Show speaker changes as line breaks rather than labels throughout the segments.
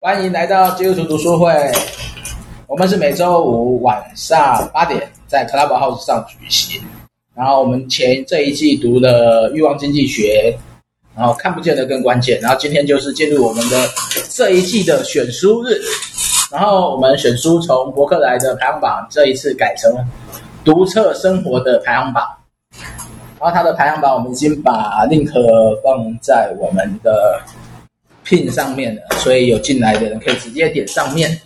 欢迎来到基督徒读书会，我们是每周五晚上八点在 Clubhouse 上举行。然后我们前这一季读了《欲望经济学》，然后看不见的更关键。然后今天就是进入我们的这一季的选书日。然后我们选书从博客来的排行榜这一次改成读册生活的排行榜。然后它的排行榜我们已经把 link 放在我们的 pin 上面了，所以有进来的人可以直接点上面。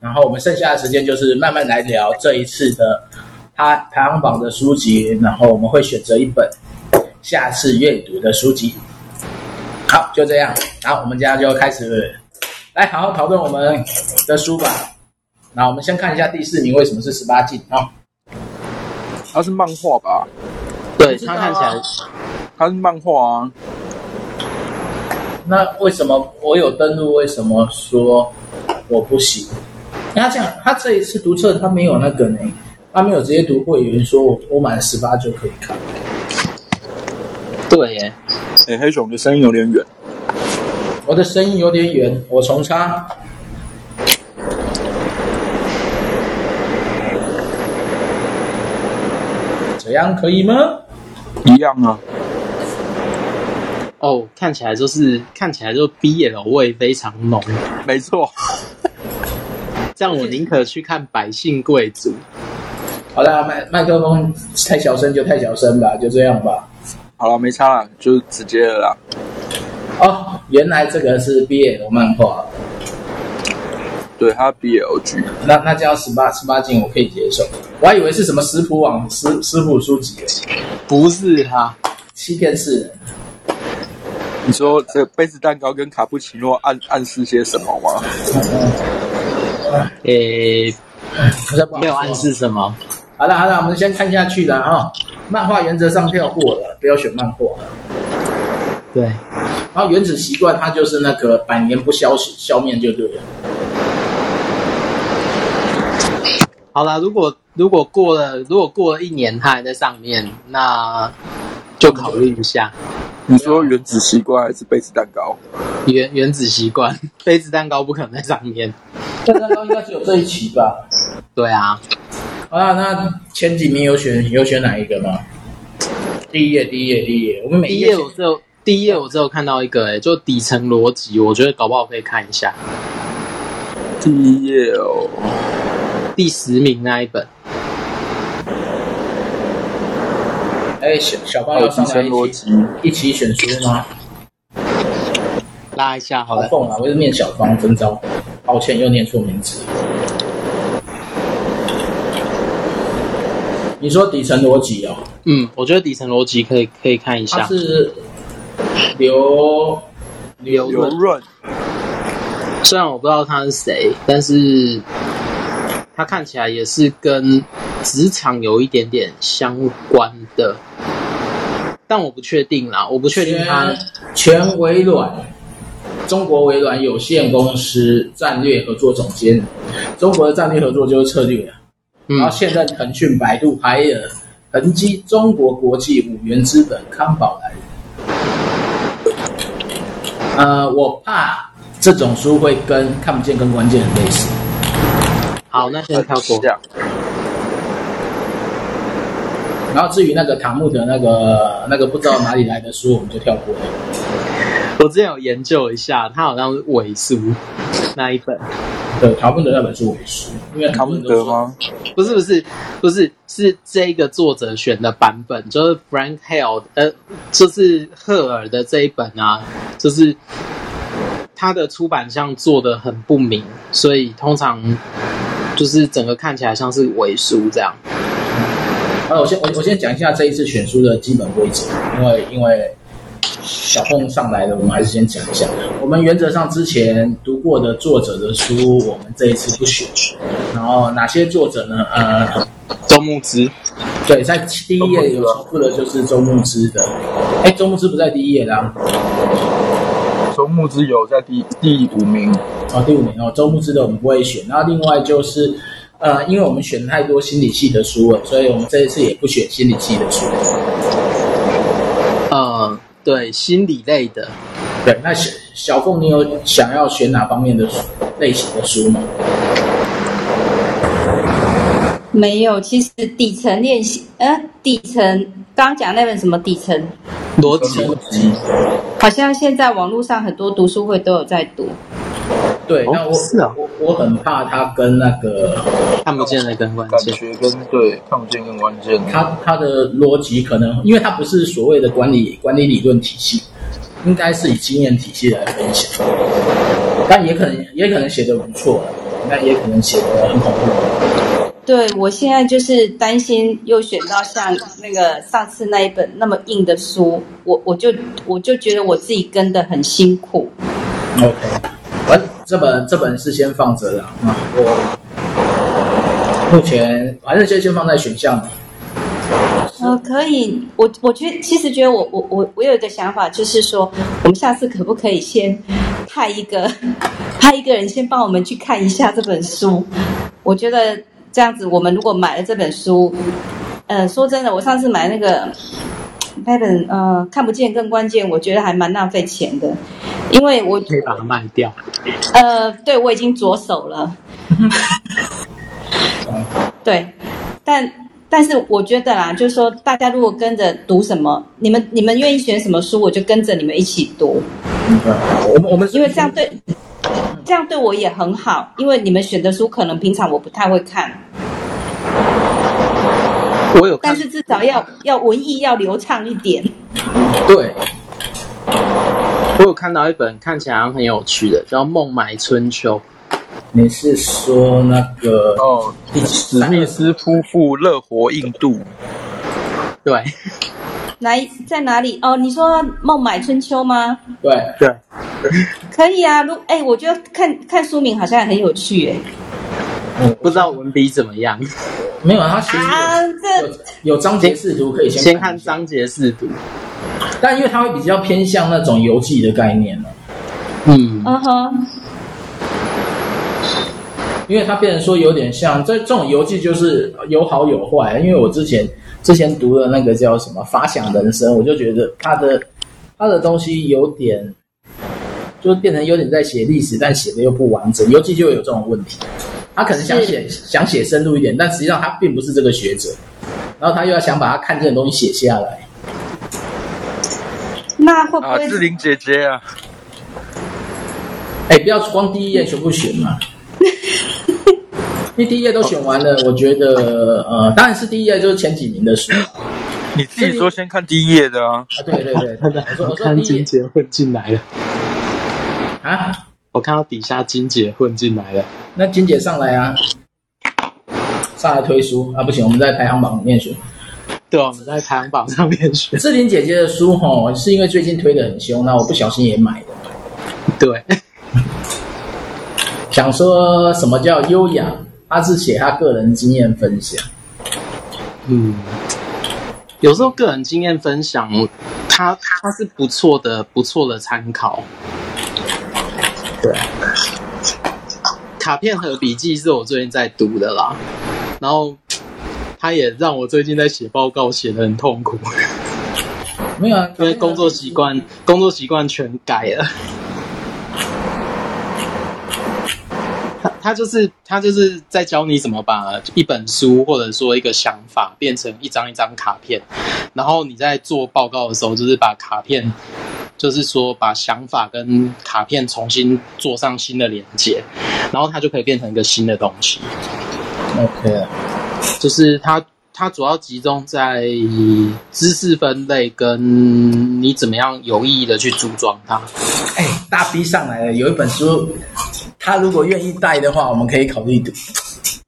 然后我们剩下的时间就是慢慢来聊这一次的它排行榜的书籍，然后我们会选择一本下次阅读的书籍。好，就这样。然后我们现在就开始来好好讨论我们的书吧。那我们先看一下第四名为什么是十八禁啊？
它是漫画吧？
对
知道
他
啊
看起来，
它是漫画啊，
那为什么我有登录？为什么说我不行？他这样，他这一次读册他没有那个呢，他没有直接读会员，说我我满十八就可以看。
对耶，
诶、黑熊的声音有点远，
我的声音有点远，我重插。这样可以吗？
一样啊。
哦，看起来就是看起来就 BL 味非常浓，
没错，
这样我宁可去看《百姓贵族》。
好啦，麦麦克风太小声就太小声吧，就这样吧。
好了，没差了，就直接了啦。
哦，原来这个是 BL 漫画，
对，它 BLG，
那那叫十八十八禁，我可以接受。我还以为是什么食谱网食食谱书籍耶，
不是哈，
欺骗世人。
你说这杯子蛋糕跟卡布奇诺暗暗示些什么吗？
诶、
我在不好
没有
说
暗。示什么。
好了好了，我们先看下去了哈、漫画原则上跳过了，不要选漫画。
对，
然后原子习惯它就是那个百年不消消灭就对了。
好啦，如果如果过了，如果过了一年它还在上面，那就考虑一下
你说原子习惯还是杯子蛋糕？
嗯
原原子习惯， 杯子蛋糕不可能在上面。
这蛋糕应该只有这一期吧？
对啊，
好了，那前几名有选有选哪一个吗？第一页，第一页，第一页，我们每
第
一
一
页
页我只有第一页我只有看到一个、诶，就底层逻辑，我觉得搞不好可以看一下
第一页哦，
第十名那一本。
哎，小小
还
包
有
要
提
上来
升逻
一起
辑，
一起选书吗？
拉一下好
好
了，
凤啊，我是念小芳，真糟，抱歉又念错名字。你说底层逻辑哦，
嗯，我觉得底层逻辑可以可以看一
它
下。
是刘刘
油润，
虽然我不知道他是谁，但是他看起来也是跟职场有一点点相关的，但我不确定啦，我不确定他
全全微软，中国微软有限公司战略合作总监。中国的战略合作就是策略，啊
嗯
然后现任腾讯、百度、海尔、恒基、中国国际、五元资本、康宝莱。呃，我怕这种书会跟看不见更关键很类似。
好，那先跳过
这。样
然后至于那个唐木的那个那个不知道哪里来的书，我们就跳过了。
我之前有研究一下，他好像是伪书那一本，
对，呃唐木的那本书我没书，因为很
卡
多
姆
人都说
德吗？
不是不是不是是这个作者选的版本，就是 Frank Hale 呃，就是赫尔的这一本啊，就是它的出版项做的很不明，所以通常就是整个看起来像是伪书这样。
好，我先我我先讲一下这一次选书的基本规则，因为因为小凤上来了，我们还是先讲一下。我们原则上之前读过的作者的书，我们这一次不选。然后哪些作者呢？呃，
周牧之
对，在第一页有重复的就是周牧之的，哎，周牧之不在第一页啦、
从木之友在第第五名，
哦，第五名哦，周牧之的我们不会选。然后另外就是，呃，因为我们选太多心理系的书了，所以我们这一次也不选心理系的书。
呃，对心理类的，
对，那小小凤，你有想要选哪方面的书类型的书吗？
没有，其实底层练习，呃，底层刚刚讲那本什么底层，
逻辑
辑。
好像现在网络上很多读书会都有在读。
对，
哦
那我、
是啊
我我很怕它跟那个
看不见的跟关
感
键，
觉跟对看不见跟关键。
它它的逻辑可能，因为它不是所谓的管理管理理论体系，应该是以经验体系来分析，但也可能也可能写的不错了，那也可能写的很恐怖。啊
对我现在就是担心又选到像那个上次那一本那么硬的书，我我就我就觉得我自己跟的很辛苦。
OK，我这本这本是先放着的啊，我目前反正先先放在选项里。
呃，可以，我我觉得其实觉得我我我我有一个想法，就是说我们下次可不可以先派一个 派一个人先帮我们去看一下这本书？我觉得这样子，我们如果买了这本书，呃，说真的，我上次买那个那本呃看不见更关键，我觉得还蛮浪费钱的，因为我
可以把它卖掉。
呃，对我已经着手了。对，但但是我觉得啦，就是说，大家如果跟着读什么，你们你们愿意选什么书，我就跟着你们一起读，
嗯我们我们
因为这样对，这样对我也很好。因为你们选的书，可能平常我不太会看，
我有
但
看
是至少要要文艺要流畅一点。
对
我有看到一本看起来好像很有趣的，叫《孟买春秋》。
你是说那个
哦，
第
史密斯夫妇乐活印度，
对，
哪一在哪里？哦，你说《孟买春秋》吗？
对，
对，
可以啊，如哎，我觉得看看书名好像也很有趣哎、
不知道文笔怎么 样，
没有他其实有、
啊，这
有有章节视图可以先
先看
一下，
章节试读。
但因为它会比较偏向那种游记的概念了，
嗯，
嗯哼，
因为它变成说有点像这这种游记就是有好有坏，因为我之前之前读的那个叫什么《发想人生》，我就觉得它的它的东西有点。就变成有点在写历史，但写的又不完整，游记就有这种问题。他可能想写想写深入一点，但实际上他并不是这个学者，然后他又要想把他看见的东西写下来。
那会 不
啊，
会
志玲姐姐啊，
哎、不要光第一页全部选嘛，因为第一页都选完了，我觉得呃，当然是第一页就是前几名的书。啊，
你自己说先看第一页的啊，
对对 对，
真的
我，说
我
我说
看
第一
金
页
杰混进来了，
啊，
我看到底下金杰混进来了。
那金姐上来啊，上来推书啊，不行，我们在排行榜里面选。
对，啊我们在排行榜上面选。
志玲姐姐的书吼，是因为最近推的很凶，那我不小心也买了，
对，
想说什么叫优雅，她是写她个人经验分享。
嗯，有时候个人经验分享，它它是不错的，不错的参考。
对，
卡片和笔记是我最近在读的啦，然后它也让我最近在写报告写的很痛苦，
没有啊，
因为工作习惯工作习惯全改了。他他就是他就是在教你怎么把一本书或者说一个想法变成一张一张卡片，然后你在做报告的时候，就是把卡片，就是说把想法跟卡片重新做上新的连接，然后它就可以变成一个新的东西。
OK 啊。
就是它它主要集中在知识分类跟你怎么样有意义的去组装它。
哎，大 B 上来了，有一本书，他如果愿意带的话，我们可以考虑读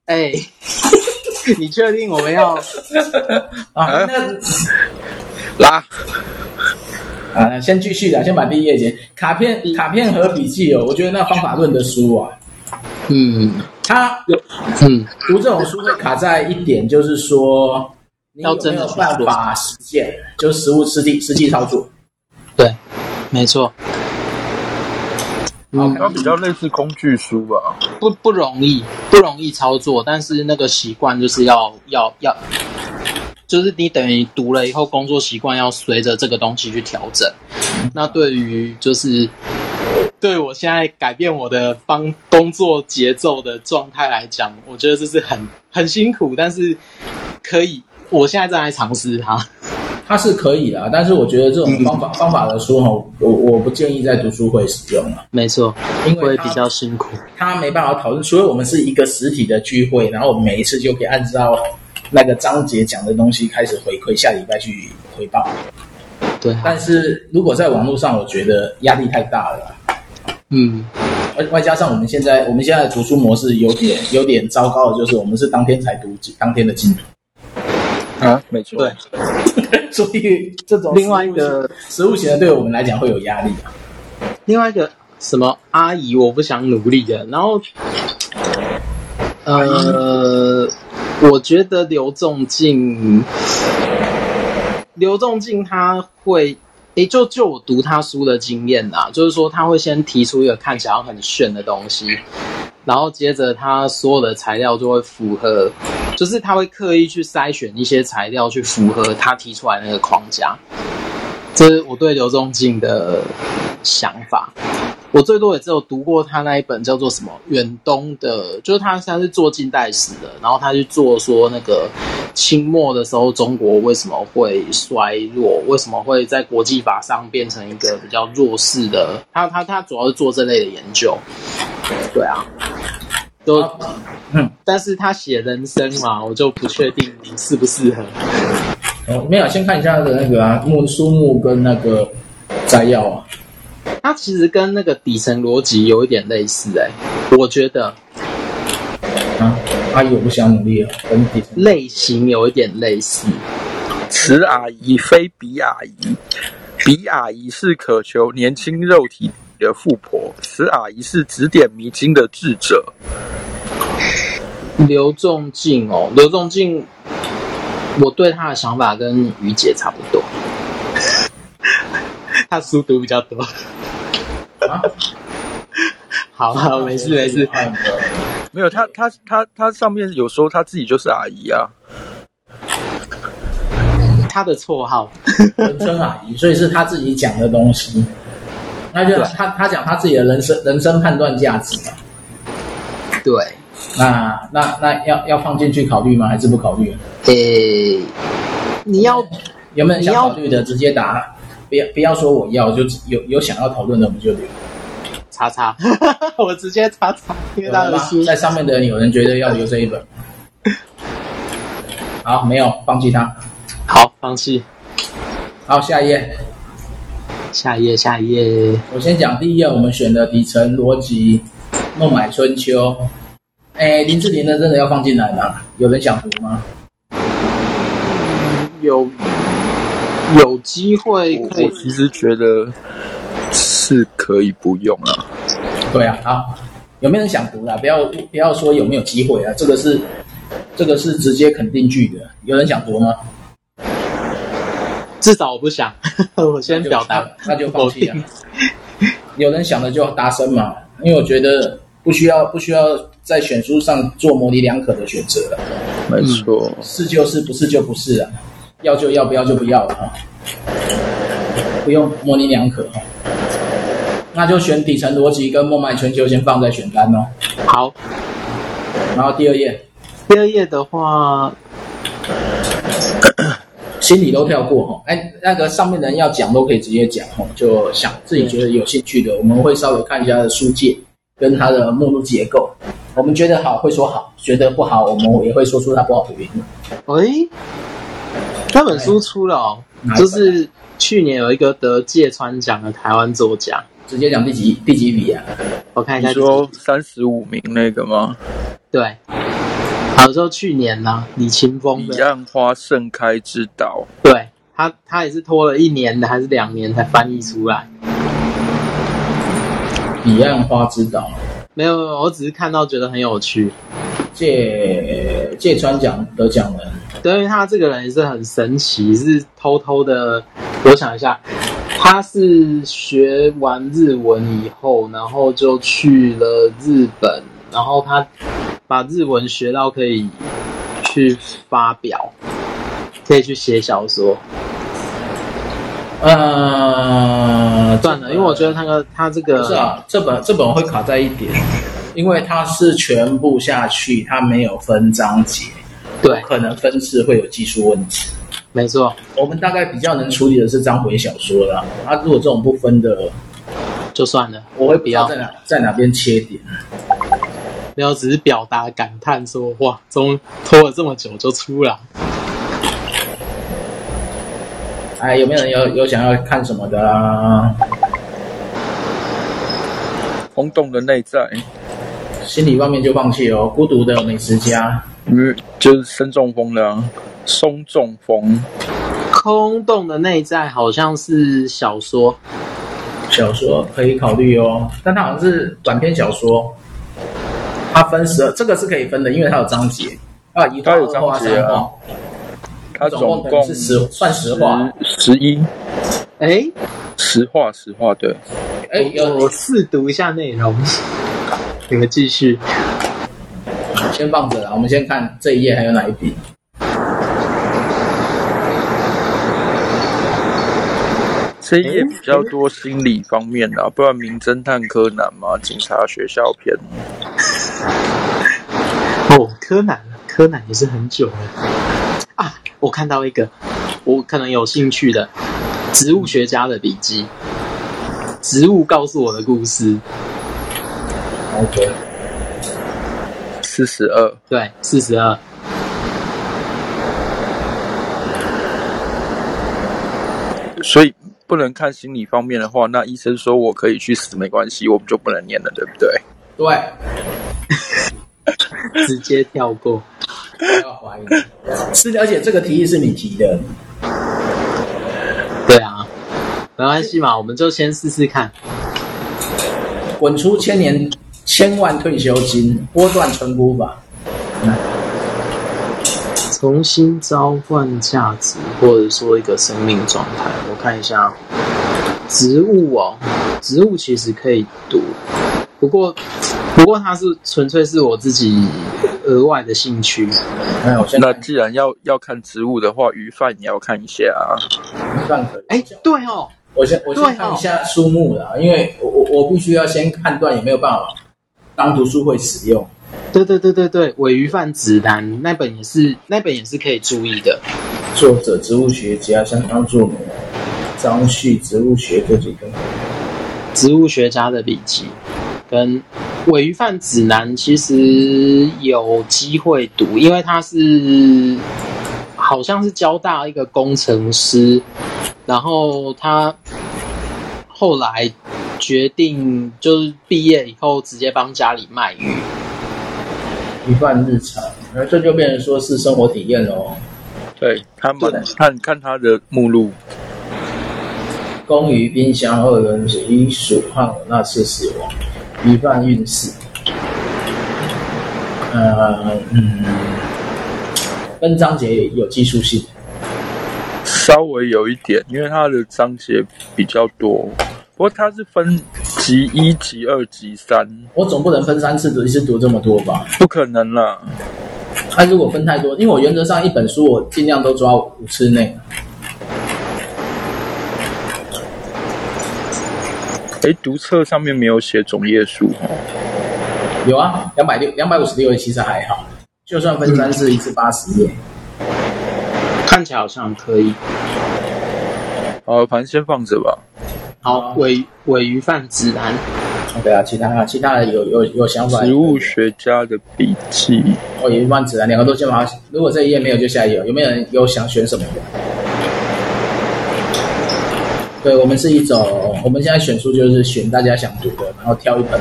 哎、 你确定我们要？
啊。那
拉
啊，先继续啦，先把第一页结。卡片、卡片和笔记哦，我觉得那方法论的书啊，
嗯
他
嗯，
读这种书会卡在一点，就是说你有
要真
没
的
有
去
办
做
法实践，就是实物实际实际操作。
对，没错。嗯，
它比较类似工具书吧，
不不容易，不容易操作，但是那个习惯就是要要要就是你等于读了以后，工作习惯要随着这个东西去调整。那对于就是对我现在改变我的方工作节奏的状态来讲，我觉得这是很很辛苦，但是可以，我现在正在尝试它。
它是可以啊啦，但是我觉得这种方法、方法的书哈，我我不建议在读书会使用啊，
没错，
因为
会
它
比较辛苦。
它没办法讨论，除非我们是一个实体的聚会，然后我们每一次就可以按照那个章节讲的东西开始回馈，下礼拜去回报。
对啊，
但是如果在网络上，我觉得压力太大了啊啦，
嗯，
外外加上我们现在我们现在的读书模式有点有点糟糕的，就是我们是当天才读当天的进度，
啊，没错，
对，
所以这种
另外一个
实物型的对我们来讲会有压力啊。
另外一个什么阿姨，我不想努力的。然后，呃，我觉得刘仲敬，刘仲敬他会，诶，就就我读他书的经验啊，就是说他会先提出一个看起来很炫的东西，然后接着他所有的材料就会符合，就是他会刻意去筛选一些材料去符合他提出来那个框架。这是我对刘仲敬的想法。我最多也只有读过他那一本叫做什么远东的，就是他他是做近代史的，然后他去做说那个清末的时候中国为什么会衰落，为什么会在国际法上变成一个比较弱势的，他他他主要是做这类的研究，对啊，就
嗯，
但是他写人生嘛，我就不确定你适不适合。
哦，没有，先看一下的那个啊，目书目跟那个摘要啊。
它其实跟那个底层逻辑有一点类似、欸，我觉得
啊，阿姨，我不想努力了，跟底层。
类型有一点类似。
此阿姨非彼阿姨，彼阿姨是渴求年轻肉体的富婆，此阿姨是指点迷津的智者。
刘仲敬哦，刘仲敬，我对他的想法跟于姐差不多， 他书读比较多。
啊，
好好， 没事没事，
看的
没有，他他他他上面有说他自己就是阿姨啊，
他的绰号
文春阿姨，啊所以是她自己讲的东西。那就
对
她她讲她自己的人生人生判断价值嘛。
对，
那那那要要放进去考虑吗？还是不考虑？啊
诶、你要
有没有想
你要
考虑的直接答，不要不要说我要，就有有想要讨论的我们就留。
查查，我直接查查，因为
有
他
人
的
吗
书
在上面的人有人觉得要留这一本。好，没有放弃它。
好，放弃，
好，下一页。
下一页，下一页。
我先讲第一页，我们选的底层逻辑《孟买春秋》。哎，林志玲的真的要放进来吗？有人想读吗？
有有机会
我
可以
我其实觉得是可以不用啊。
对啊，好，有没有人想读啦？不要不要说有没有机会啊，这个是这个是直接肯定句的。有人想读吗？
至少我不想，我先表达，
那就放
否
弃啊
定。
有人想的就大声嘛，因为我觉得不需要不需要在选书上做模棱两可的选择了，
没错，
是就是，不是就不是啊，要就要，不要就不要了啊，不用模棱两可啊。那就选底层逻辑跟孟买全球先放在选单哦，
好，
然后第二页
第二页的话，
心里都跳过哈，哎，那个上面的人要讲都可以直接讲哈，就想自己觉得有兴趣的，我们会稍微看一下它的书界跟它的目录结构，我们觉得好会说好，觉得不好我们也会说出它不好的原因。
诶，那本书出了、哦
哪一，本啊
就是去年有一个得芥川奖的台湾作家，
直接讲第几第几笔啊？
我看一
你
下，
说三十五名那个吗？
对，好说去年呢、李清峰
彼
的，
岸花盛开之岛，
对他他也是拖了一年的还是两年才翻译出来。
彼岸花之岛，
没有，没有，我只是看到觉得很有趣。
芥芥川奖得奖人，
对，因为他这个人也是很神奇，是偷偷的。我想一下，他是学完日文以后，然后就去了日本，然后他把日文学到可以去发表，可以去写小说。
呃，
算了，因为我觉得那个他这
不是
个
啊，这本这本会卡在一点，因为它是全部下去，它没有分章节，
对，
可能分次会有技术问题。
没错，
我们大概比较能处理的是章回小说啦，啊，如果这种不分的，
就算了，
我会
不
比较
要
在。哪在哪边切点。
没有，只是表达感叹说哇，终拖了这么久就出来。
哎，有没有人有有想要看什么的、啊？
空洞的内在，
心理方面就放弃哦。孤独的美食家，
嗯，就是生中风的、啊，松中风，
空洞的内在好像是小说，
小说可以考虑哦，但它好像是短篇小说，它分十二，这个是可以分的，因为它有章节啊，一话、
它有
二话、
章节
三
啊
话，
它
总
总
共
共
是十算十话，
十一
哎，
十话十话，对，
哎，
我我
有
试读一下内容，你们继续。
先放着啦，我们先看这一页还有哪一笔。
这一页比较多心理方面的、啊，不然名侦探柯南嘛，警察学校篇，
哦，柯南，柯南也是很久了啊！我看到一个，我可能有兴趣的《植物学家的笔记》，植物告诉我的故事，
OK，
四十二，
对，四十二。
所以不能看心理方面的话，那医生说我可以去死没关系，我们就不能念了，对不对？
对，
直接跳过。
不要怀疑，是而且这个提议是你提的，
对啊，没关系嘛，我们就先试试看。
滚出千年千万退休金，波段存股法。
重新召唤价值，或者说一个生命状态。我看一下，植物哦，植物其实可以读，不过不过它是纯粹是我自己额外的兴趣。
哎，我先
那
看
既然要要看植物的话，鱼贩也要看一下啊。
段可以。
哎，对哦，
我先我
对
先
哦
看一下书目啦，因为我我我必须要先判断有没有办法当读书会使用。
对对对对对，尾鱼饭指南那本也是那本也是可以注意的。
作者植物学家相当著名，张旭植物学这几个。
植物学家的笔记跟尾鱼饭指南其实有机会读，因为它是好像是交大一个工程师，然后他后来决定就是毕业以后直接帮家里卖鱼。
一半日常，那这就变成说是生活体验喽。
对他们
对
看看他的目录，
公于冰箱二人组因鼠患我那次死亡，一半运势。呃嗯，跟章节有技术性，
稍微有一点，因为它的章节比较多。不过它是分级一、级二、级三，
我总不能分三次读，一次读这么多吧？
不可能啦。
他如果分太多，因为我原则上一本书我尽量都抓五次内，
诶，读册上面没有写总页数哦。
有啊，两百六、两百五十六页其实还好，就算分三次，一次八十页。
看起来好像可以。
好，反正先放着吧。
哦
好，尾尾鱼饭指南，
对啊，其他啊，其他的有有有想法。
植物学家的笔记，
哦，有一万指南，两个都先把它。如果这一页没有，就下一页。有没有人有想选什么的？对我们是一种，我们现在选书就是选大家想读的，然后挑一本，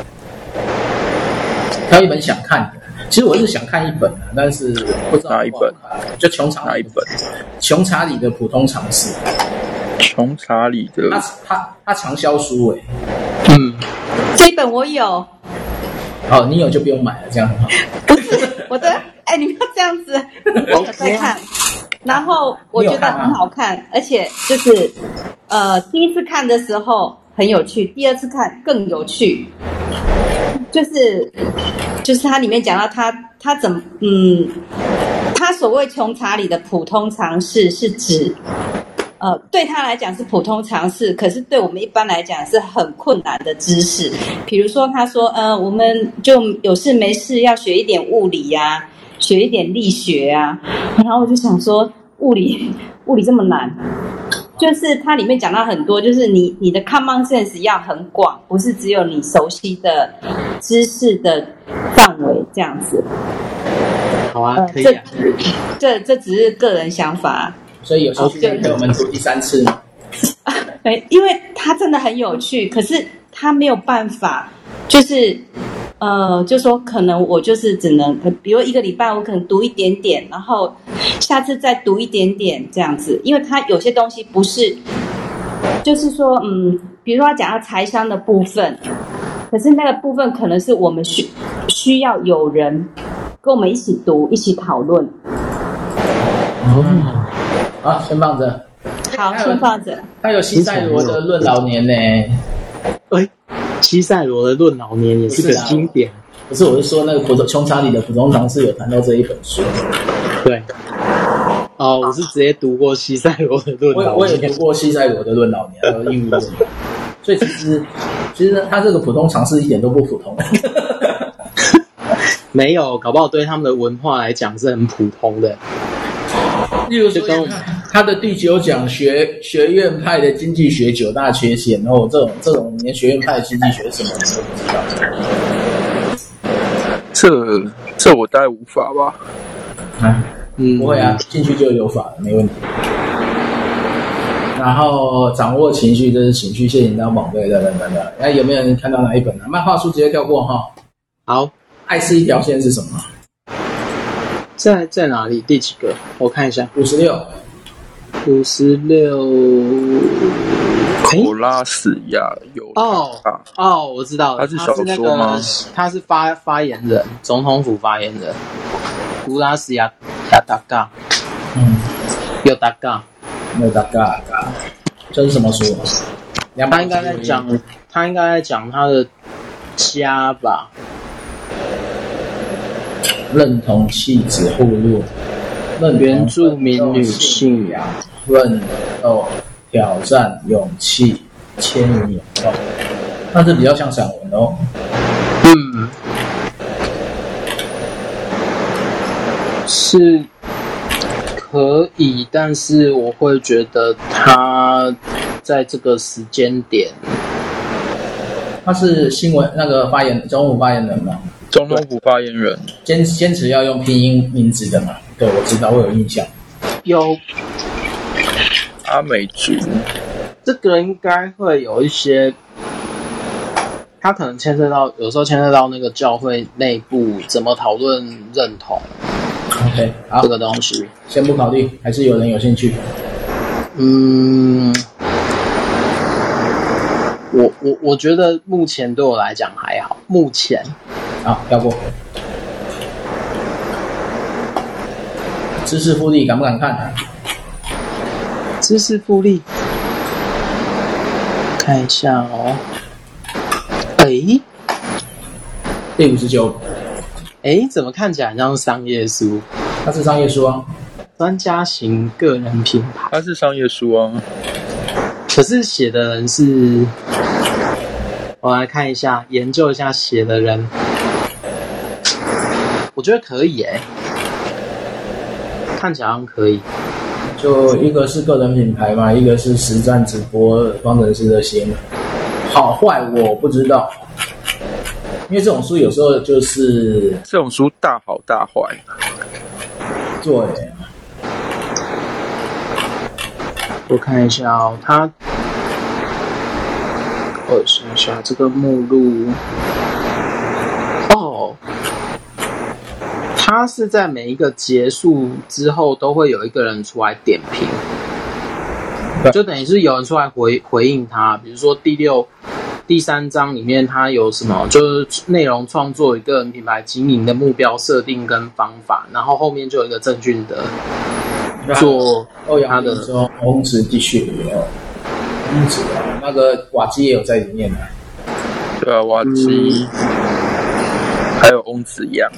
挑一本想看的。其实我是想看一本的，但是不知道
哪一本
好不好看，就穷查
哪
理
一
的
本？
穷查理的普通常识。
穷查理的
他他他畅销书哎、
嗯，
这一本我有，
好，哦你有就不用买了，这样很好。
不是我的，哎，你不要这样子，我有在看。然后我觉得很好看，而且就是，呃，第一次看的时候很有趣，第二次看更有趣。就是，就是它里面讲到他他怎么，嗯，他所所谓穷查理的普通常识，是指呃，对他来讲是普通常识，可是对我们一般来讲是很困难的知识。比如说，他说，呃，我们就有事没事要学一点物理呀、学一点力学啊。然后我就想说，物理物理这么难，就是它里面讲到很多，就是你你的 common sense 要很广，不是只有你熟悉的知识的范围这样子。
好啊，
呃
可以啊。
这这只是个人想法，
所以有兴趣的朋友们读第三次，
对，哎因为它真的很有趣，可是它没有办法，就是呃，就说可能我就是只能，呃比如一个礼拜我可能读一点点，然后下次再读一点点这样子，因为它有些东西不是，就是说嗯，比如说它讲到财商的部分，可是那个部分可能是我们需需要有人跟我们一起读、一起讨论。
哦，
嗯好，先放着。
好，先放着。
他有西塞罗的《论老年》呢，
哎，西塞罗的《论老年》也是
不
个
是啊
经典，
不是，我是说那个普通穷查理的《普通常识》有谈到这一本书，
对。哦，我是直接读过西塞罗的《论
我也
老
我也
年》
读过西塞罗的《论老年》啊还有《义务论》，所以其实其实他这个普通常识一点都不普通。
没有，搞不好对他们的文化来讲是很普通的。
例如说
就跟我们
他，他的第九讲学学院派的经济学九大缺陷，然后这种这种连学院派的经济学是什么我都不知道。
这这我大概无法吧。
啊，
嗯，
不会啊，，进去就有法了，没问题。然后掌握情绪，这是情绪陷阱当宝贝，等等等等。哎，有没有人看到哪一本呢、漫画书直接跳过哈。
好，
爱是一条线是什么？
在在哪里？第几个？我看一下，
五十六。
五十六。哎，
我拉死亚有
哦
啊，
哦，我知道了，
他是小说
那个
吗
他是发发言人，总统府发言人，古拉斯亚亚达嘎，
嗯，
有达嘎，
那大嘎嘎，这是什么书？两
他
百
应该在讲，他应该在讲他的家吧？
认同气质互入，认
原住民女性啊
呀，奋斗、挑战、勇气、牵引、勇动。那这比较像散文哦。
嗯，是可以，但是我会觉得他在这个时间点，
他是新闻那个发言中午发言人嘛，
总统府发言人
坚坚持要用拼音名字的嘛。对，我知道，我有印象。
有
阿美族，
这个应该会有一些，他可能牵涉到，有时候牵涉到那个教会内部怎么讨论认同
OK，好
这，个东西。
先不考虑，还是有人有兴趣。
嗯，我我我觉得目前对我来讲还好，目前
好，跳过。知识复利敢不敢看？
知识复利，看一下哦。诶
第五十九，
诶，怎么看起来很像商业书？
它是商业书啊。
专家型个人品牌，
他是商业书啊。
可是写的人是，我来看一下，研究一下写的人，我觉得可以诶、看起来好像可以。
就一个是个人品牌嘛，一个是实战直播方程式这些嘛。好坏我不知道，因为这种书有时候就是
这种书大好大坏，
做
我看一下哦，它，我想一下这个目录，哦，它是在每一个结束之后都会有一个人出来点评，
对
就等于是有人出来回回应他，比如说第六。第三章里面，它有什么？就是内容创作与个人品牌经营的目标设定跟方法，然后后面就有一个郑俊德
啊
做
欧阳
他的
立中、翁子继续也有，翁子啊，那个瓦基也有在里面啊的、
对啊，瓦
嗯
基，还有翁子阳，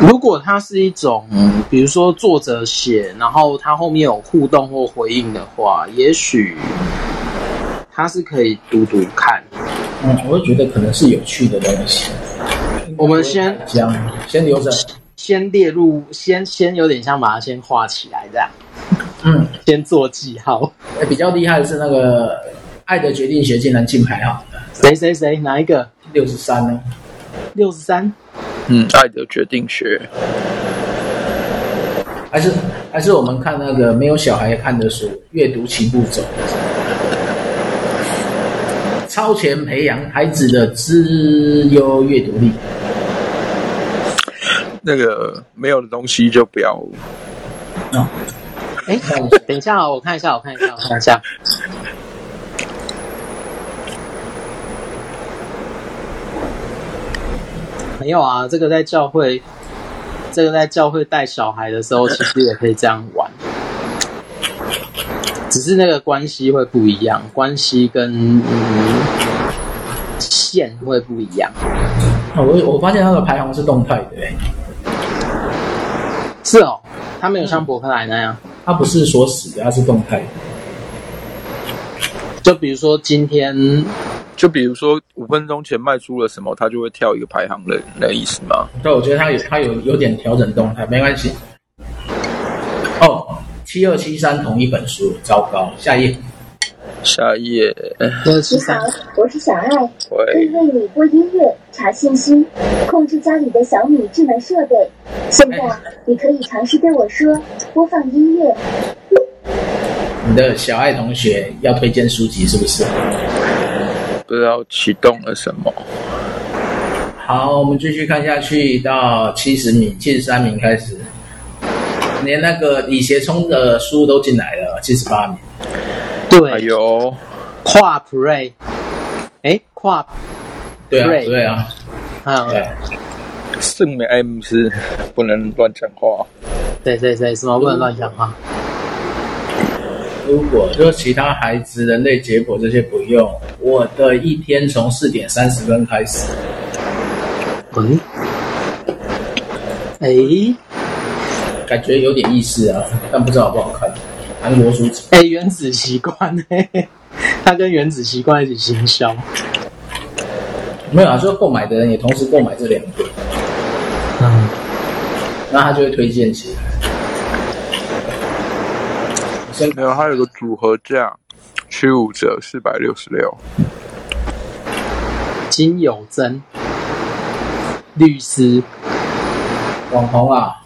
如果它是一种，比如说作者写，然后它后面有互动或回应的话，也许它是可以读读看。
嗯，我会觉得可能是有趣的东西。
我们先
这样，先留着。
先列入，先先有点像把它先画起来这样，
嗯，
先做记号。
诶哎比较厉害的是那个《爱的决定学》竟然进排行
谁谁谁哪一个？
六十三呢。
六十三？
嗯，爱的决定学，
还是还是我们看那个没有小孩看的书《阅读齐步走》，超前培养孩子的资优阅读力。
那个没有的东西就不要。
哦，
哎，等一下哦，我看一下，我看一下，我看一下。没有啊，这个在教会，这个在教会带小孩的时候，其实也可以这样玩，只是那个关系会不一样，关系跟嗯线会不一样。
哦我我发现它的排行是动态的、欸，
是哦，他没有像伯克莱那样。
它不是锁死的，它是动态的。
就比如说今天，
就比如说五分钟前卖出了什么，它就会跳一个排行的那意思吗？
对，我觉得它有它有有点调整动态，没关系。哦，七二七三同一本书，糟糕，下一页。
下一页，
呃，其
你
实
好，我是小爱，
喂
可以，为你播音乐、查信息、控制家里的小米智能设备。现在你可以尝试对我说：“播放音乐。
你的小爱同学要推荐书籍是不是？
不知道启动了什么？
好，我们继续看下去，到七十名、七十三名开始，连那个李协聪的书都进来了，七十八名。
哎
对，
呦，
跨 pray，哎，跨
对啊，
对
对啊，对
嗯，
啊。
圣美 M 是不能乱讲话。
对对对，什么不能乱讲话？
如果就其他孩子、人类解剖这些不用，我的一天从四点三十分开始。
嗯，哎
感觉有点意思啊，但不知道好不好看。韩国书籍，
哎，原子习惯嘿嘿，他跟原子习惯一起行销，
没有啊，就是购买的人也同时购买这两个，
嗯，
那他就会推荐起来。我先
没有，它有个组合价，七五折四百六十六。
金有珍，律师，
网红啊，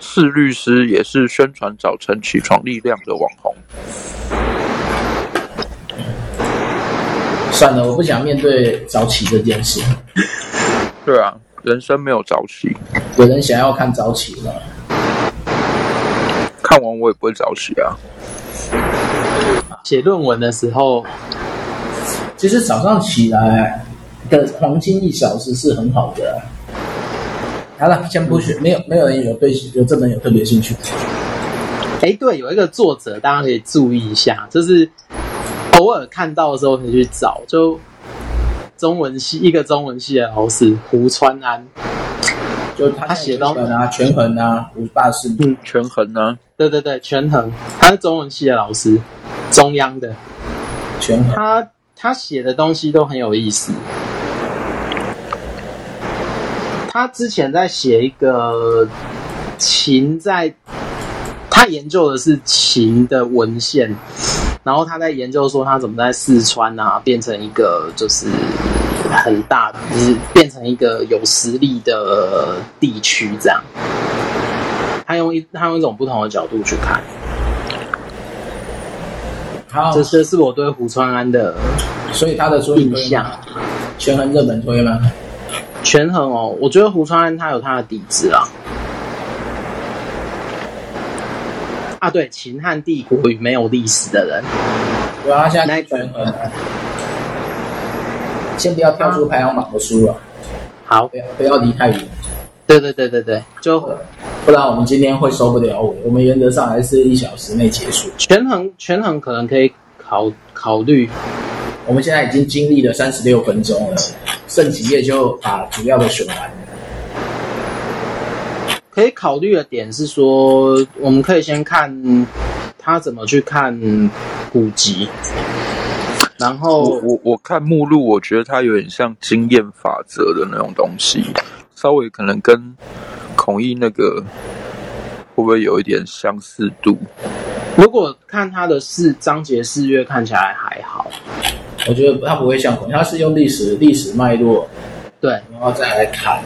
是律师，也是宣传早晨起床力量的网红。
算了，我不想面对早起这件事。
对啊，人生没有早起，
有人想要看早起吗？
看完我也不会早起啊。
写论文的时候，
其实早上起来的黄金一小时是很好的啊、好了，先不
嗯
学，没有没有人有对有这本有特别兴趣。
哎，对，有一个作者，大家可以注意一下，就是偶尔看到的时候可以去找，就中文系一个中文系的老师胡川安，
就他
他写到
拳啊、权衡啊、五霸四
嗯
权衡啊呢？
对对对，权衡，他是中文系的老师，中央的，嗯
权衡，
他他写的东西都很有意思。他之前在写一个秦在，他研究的是秦的文献，然后他在研究说他怎么在四川啊变成一个就是很大，就是变成一个有实力的地区这样。他用一他用一种不同的角度去看，
好，
这这是我对胡川安的
所以他的书你
印
推
象
吗？。权衡这本推吗？
权衡哦，我觉得胡川安他有他的底子啦。啊，对，秦汉帝国与没有历史的人，
对啊，他现
那
在
一本
权衡啊。先不要跳出排行榜的书了，
好
不，要不要离太远，
对对对对对，就
不然我们今天会收不了尾。我们原则上还是一小时内结束。
权衡权衡可能可以考考虑，
我们现在已经经历了三十六分钟了，剩几页就把主要的选完了。
可以考虑的点是说，我们可以先看他怎么去看古籍，然
我
后
我我看目录，我觉得它有点像经验法则的那种东西，稍微可能跟孔毅那个会不会有一点相似度？
如果看他的四章节四月看起来还好，
我觉得它不会像孔，它是用历史历史脉络，
对，
然后再来看，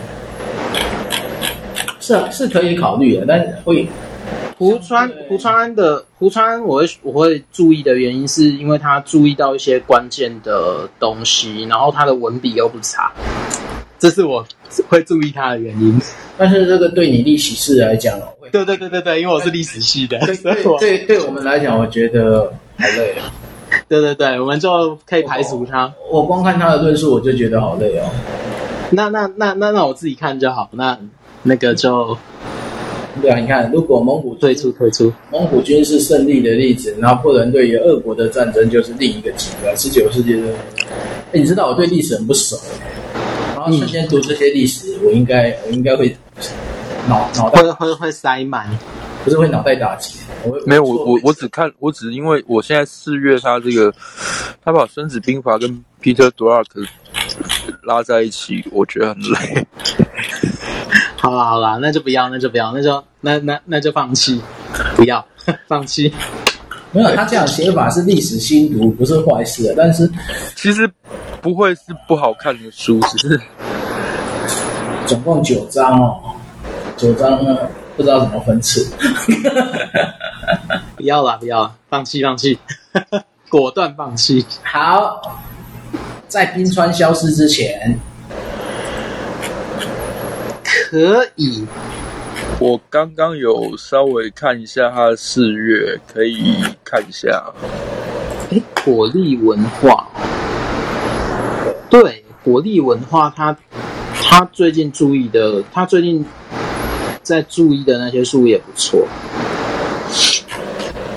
是啊是可以考虑的，但是会
胡川
对
胡川安的胡川安，我会我会注意的原因是因为他注意到一些关键的东西，然后他的文笔又不差，这是我会注意他的原因。
但是这个对你历史事来讲，会
对对对对对，因为我是历史系的，
对
所以
对
我
对对我们来讲，我觉得太累啊了。
对对对，我们就可以排除他。
我光看他的论述，我就觉得好累哦。
那那那那那我自己看就好，那那个就
对啊，你看，如果蒙古
退出退出。
蒙古军事胜利的例子，拿破仑对于俄国的战争就是另一个极端。十九世纪的，哎，你知道我对历史很不熟，欸然后瞬间读这些历史，我应该我应该会脑脑袋
会会会塞满，
不是会脑袋打结，我会
没有，我我我只看，我只因为我现在四月他这个，他把《孙子兵法》跟 Peter Drucker 拉在一起，我觉得很累。
好啦好啦，那就不要，那就不要，那就那那那就放弃，不要 放弃。
没有他这样写法是历史新读，不是坏事啊。但是
其实不会是不好看的书，只是
总共九章哦，九章呢不知道怎么分次。
不要啦，不要啦，放弃，放弃， 果断放弃。
好，在冰川消失之前，
可以，
我刚刚有稍微看一下他的四月，可以看一下。
哎，果粒文化，对，果粒文化他，他最近注意的，他最近在注意的那些书也不错。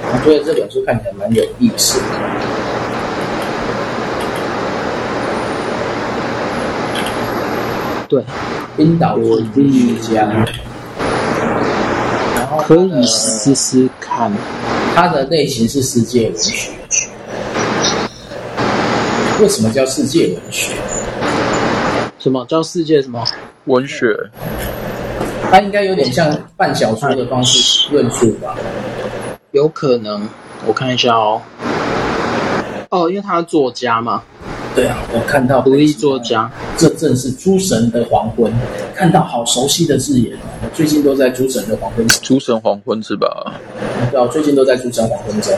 我觉得这本书看起来蛮有意思的。
对，
冰岛国际学家，然后它
可
的
以试试看。
它的类型是世界文学。为什么叫世界文学？
什么叫世界什么？
文学，
它应该有点像半小说的方式论述吧？
有可能，我看一下哦。哦，因为他是作家嘛，
对啊，我看到
独立作家。
这正是诸神的黄昏，看到好熟悉的字眼哦。我最近都在诸神的黄昏，
《诸神黄昏》是吧？
对啊，我最近都在诸神黄昏中。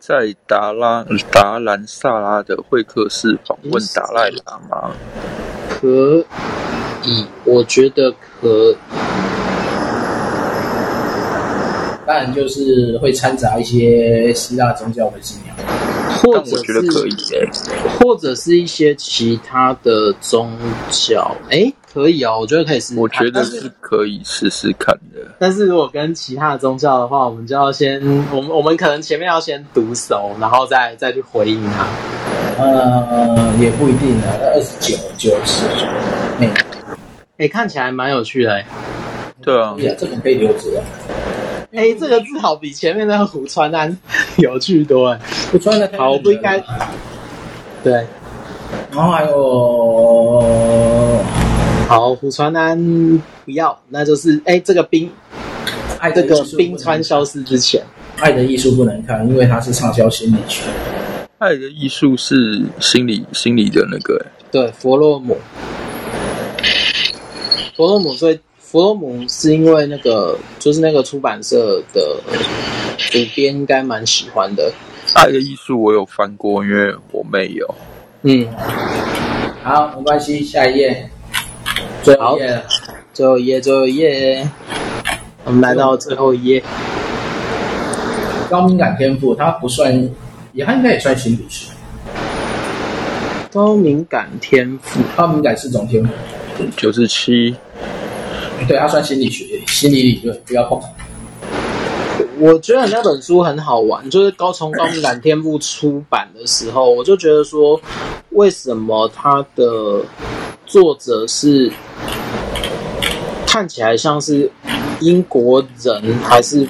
在达拉达兰萨拉的会客室访问达赖喇嘛。
可以，我觉得可
当然就是会掺杂一些希腊宗教的信仰。
或
但
者
我
是
觉得可以耶、
或者是一些其他的宗教，哎，可以哦，我觉得可以试试看。
我觉得
但是
是可以试试看的。
但是如果跟其他的宗教的话，我们就要先，我们我们可能前面要先读熟，然后再再去回应它。
呃，也不一定啊，二十九就是，哎，
哎，看起来蛮有趣的诶，
对啊
可，以啊，这本可以留着啊。
嗯
哎，这个至少比前面那个胡川安有趣多哎。
不穿
嗯
的
好，我不应该。对，
然后还呃有
好，胡川安不要，那就是哎，这个冰
哎
爱的
这
艺术
个
不能
冰川消失之前，
爱的艺术不能看，因为它是畅销心理学。
爱的艺术是心理心理的那个、
对，弗洛姆，弗洛姆最弗洛姆是因为那个就是那个出版社的主编应该蛮喜欢的，
爱的艺术我有翻过，因为我妹有。
嗯，
好，没关系，下一页，最后一页了。
最后一页，最后一页，我们来到最后一页，
高敏感天赋，它不算，也它应该也算心理学。
高敏感天赋，
高敏感是种天赋，
九十七，
对，它算心理学、心理理论，不要碰。
我觉得那本书很好玩，就是高从高敏感天赋出版的时候，我就觉得说，为什么它的作者是看起来像是英国人，还是，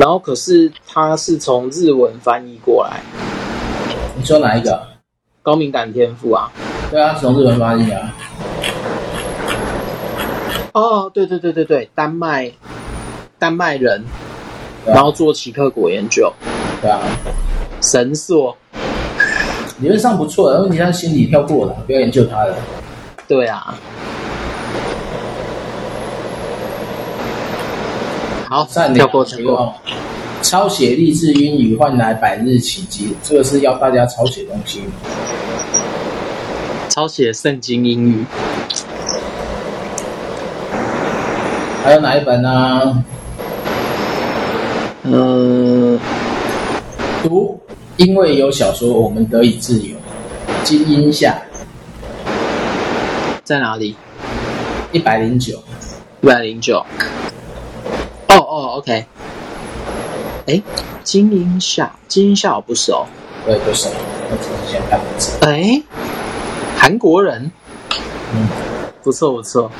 然后可是他是从日文翻译过来，
你说哪一个？
高敏感天赋啊，
对啊，从日文翻译啊。
哦，对对对对对，丹麦丹麦人，
对啊
然后做奇克果研究，
对啊，
神作，
理论上不错的，问题他心理跳过了，不要研究他了。
对啊。好，
善
跳
良
过跳
希
过。
望抄写励志英语换来百日奇迹，这个是要大家抄写东西吗？
抄写圣经英语，
还有哪一本呢？
嗯，
读，因为有小说，我们得以自由。金鹰下
在哪里？
一百零九，
一百零九。哦哦，OK。哎，金鹰下，金鹰下我不熟。
我也不熟，我只是先看名字。
哎，韩国人，
嗯，
不错不错。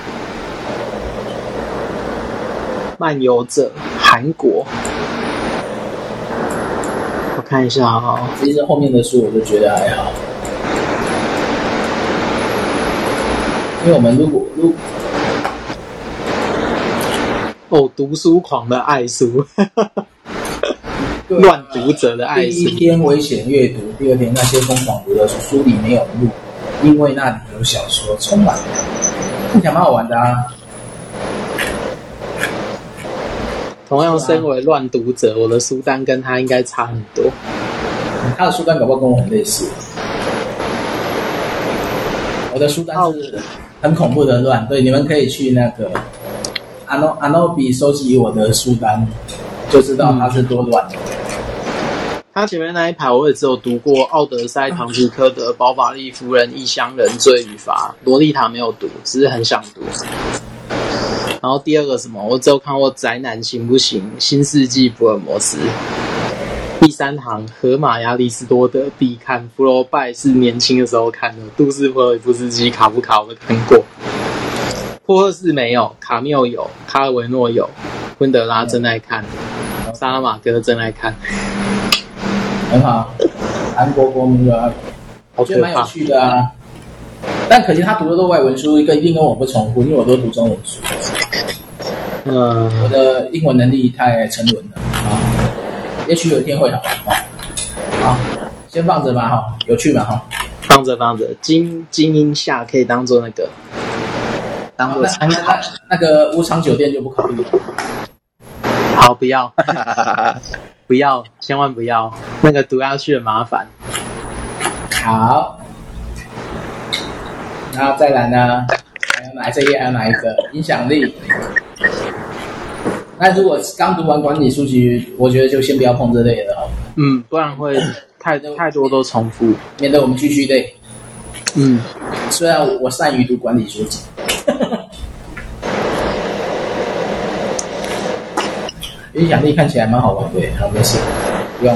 漫游者，韩国。我看一下哈、哦，
其实后面的书我就觉得还好，因为我们如果如
哦，读书狂的爱书，
对啊
乱读者的爱
第
书
一。天危险阅读，第二天那些疯狂读的书，书里没有路，因为那里有小说，充满了，看起来蛮好玩的啊。
同样身为乱读者，我的书单跟他应该差很多。
他的书单搞不好跟我很类似。我的书单是很恐怖的乱，对，你们可以去那个阿诺阿诺比收集我的书单，就知道它是多乱。
他前面那一排我也只有读过《奥德赛》、《唐吉诃德》、《包法利夫人》、《异乡人》、《罪与罚》、《洛丽塔》没有读，只是很想读。然后第二个什么，我只有看过《宅男行不行》、《新世纪福尔摩斯》。第三行，荷马亚里士多德必看，福楼拜是年轻的时候看的，杜斯普尔夫斯基、卡夫卡我都看过，霍赫斯没有，卡缪有，卡尔维诺有，昆德拉真爱看，萨拉玛戈真爱看，
很好，韩国国民的，
好
我觉得
可
蛮有
怕。
趣的啊。但可惜他读的都外文书，一个一定跟我不重复，因为我都读中文书，
嗯，
我的英文能力太沉沦了啊。也许有一天会好啊。好，先放着吧哈，有趣吧哈。
放着放着，精精英下可以当做那个，当做参
那
考
那。那个无偿酒店就不考虑了。
好，不 要不要，千万不要，那个读下去很麻烦。
好，然后再来呢？还有哪这页还有哪一个影响力？那如果刚读完管理书籍，我觉得就先不要碰这类的哦，
嗯，不然会 太太多都重复。
免得我们继续累。
嗯，
虽然我善于读管理书籍， 影响力看起来蛮好玩的，好没事，不用。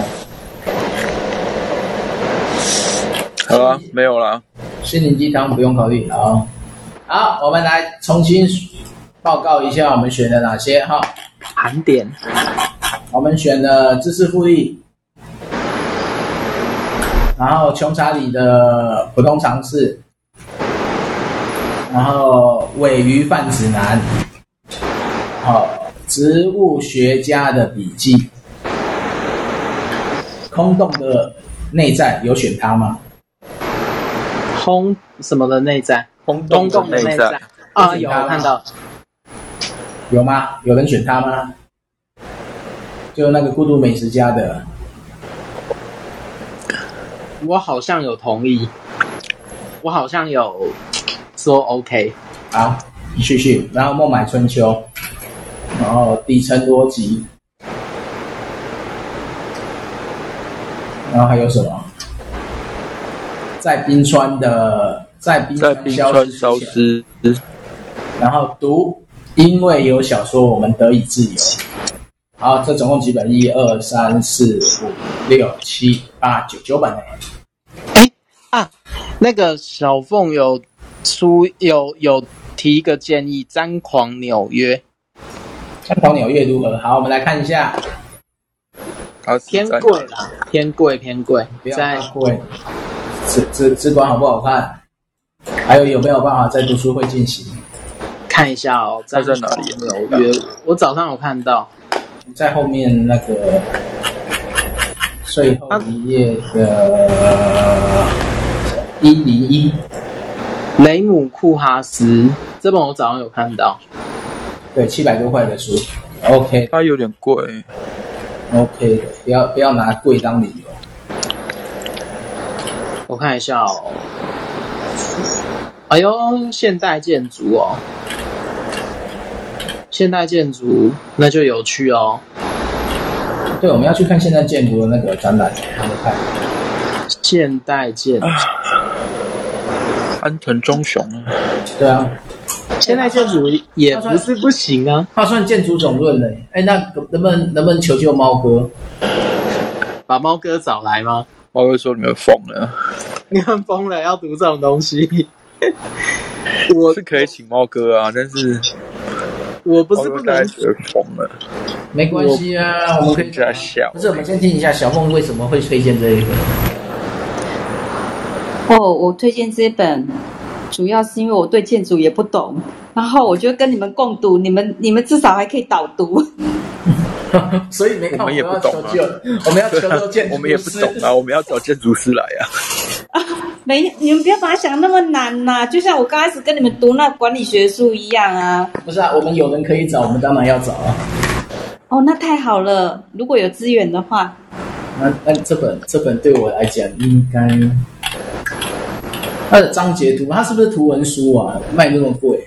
好啦，没有啦。
心灵鸡汤不用考虑了啊。好，我们来重新报告一下我们选了哪些哈。
盘点
我们选了知识复利，然后穷查理的普通常识，然后尾鱼泛指南，好，植物学家的笔记，空洞的内在有选它吗？
轰什么的内在，
轰
轰动的内在啊，有我看到，
有吗？有人选他吗？就那个孤独美食家的，
我好像有同意，我好像有说 OK。
好，你继续。然后孟买春秋，然后底层逻辑，然后还有什么？在冰川的，在冰
在
川
冰
消
川
失
消
之前，
失，
然后读，因为有小说，我们得以自由。好，这总共几本？一二三四五六七八九九本呢。
啊，那个小凤有出有有提一个建议，《张狂纽约》
像黄纽约如何？好，我们来看一下，
它是
偏
在
贵啦，偏贵偏贵
不，要
在
太贵，只只只管好不好看，还有有没有办法在读书会进行？
看一下哦，
它在哪里啊
张狂纽约，我早上有看到，
在后面那个最后一页的一零一，
雷姆库哈斯这本我早上有看到，
对，七百多块的书，OK
它有点贵，
OK 的，不要不要拿贵当理由。
我看一下哦。哎呦，现代建筑哦，现代建筑那就有趣哦。
对，我们要去看现代建筑的那个展览，他们看。
现代建，
啊安藤忠雄啊，
对啊，
现代建筑也不是不行啊。
他算建筑总论嘞。哎，那能不能能不能求救猫哥？
把猫哥找来吗？
猫哥说你们疯了，
你们疯了，要读这种东西？ 我
是可以请猫哥啊，但是
我不
猫
是
哥
不
大
能
概，觉得疯了，
没关系啊，我们可以
听起来笑
不。是，我们先听一下小凤为什么会推荐这一个。
哦，我推荐这本，主要是因为我对建筑也不懂，然后我就跟你们共读，你们你们至少还可以导读。
所以没看
我们也不
要
懂
求
啊
救，我们要求救建筑
我们也不
师
懂啊，我们要找建筑师来啊。
没有，你们不要把它想那么难呐、就像我刚开始跟你们读那管理学术一样啊。
不是啊，我们有人可以找，我们当然要找啊。
哦，那太好了，如果有资源的话，
那那这本这本对我来讲应该，它的章节图，它是不是图文书啊？卖那么贵？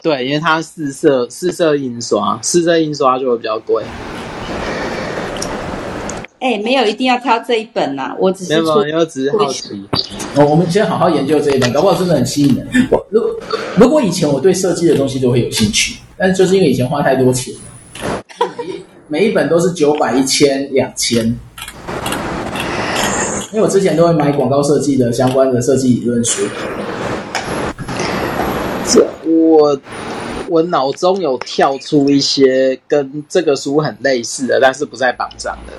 对，因为它四色四色印刷，四色印刷就会比较贵。
哎，没有一定要挑这一本呐、我只
没
是
有，没
出
有，因为只是好奇。
哦我我们先好好研究这一本，搞不好真的很吸引人。我如如果以前我对设计的东西都会有兴趣，但是就是因为以前花太多钱，每一每一本都是九百、一千、两千。因为我之前都会买广告设计的相关的设计理论书，
这我我脑中有跳出一些跟这个书很类似的，但是不在榜上的。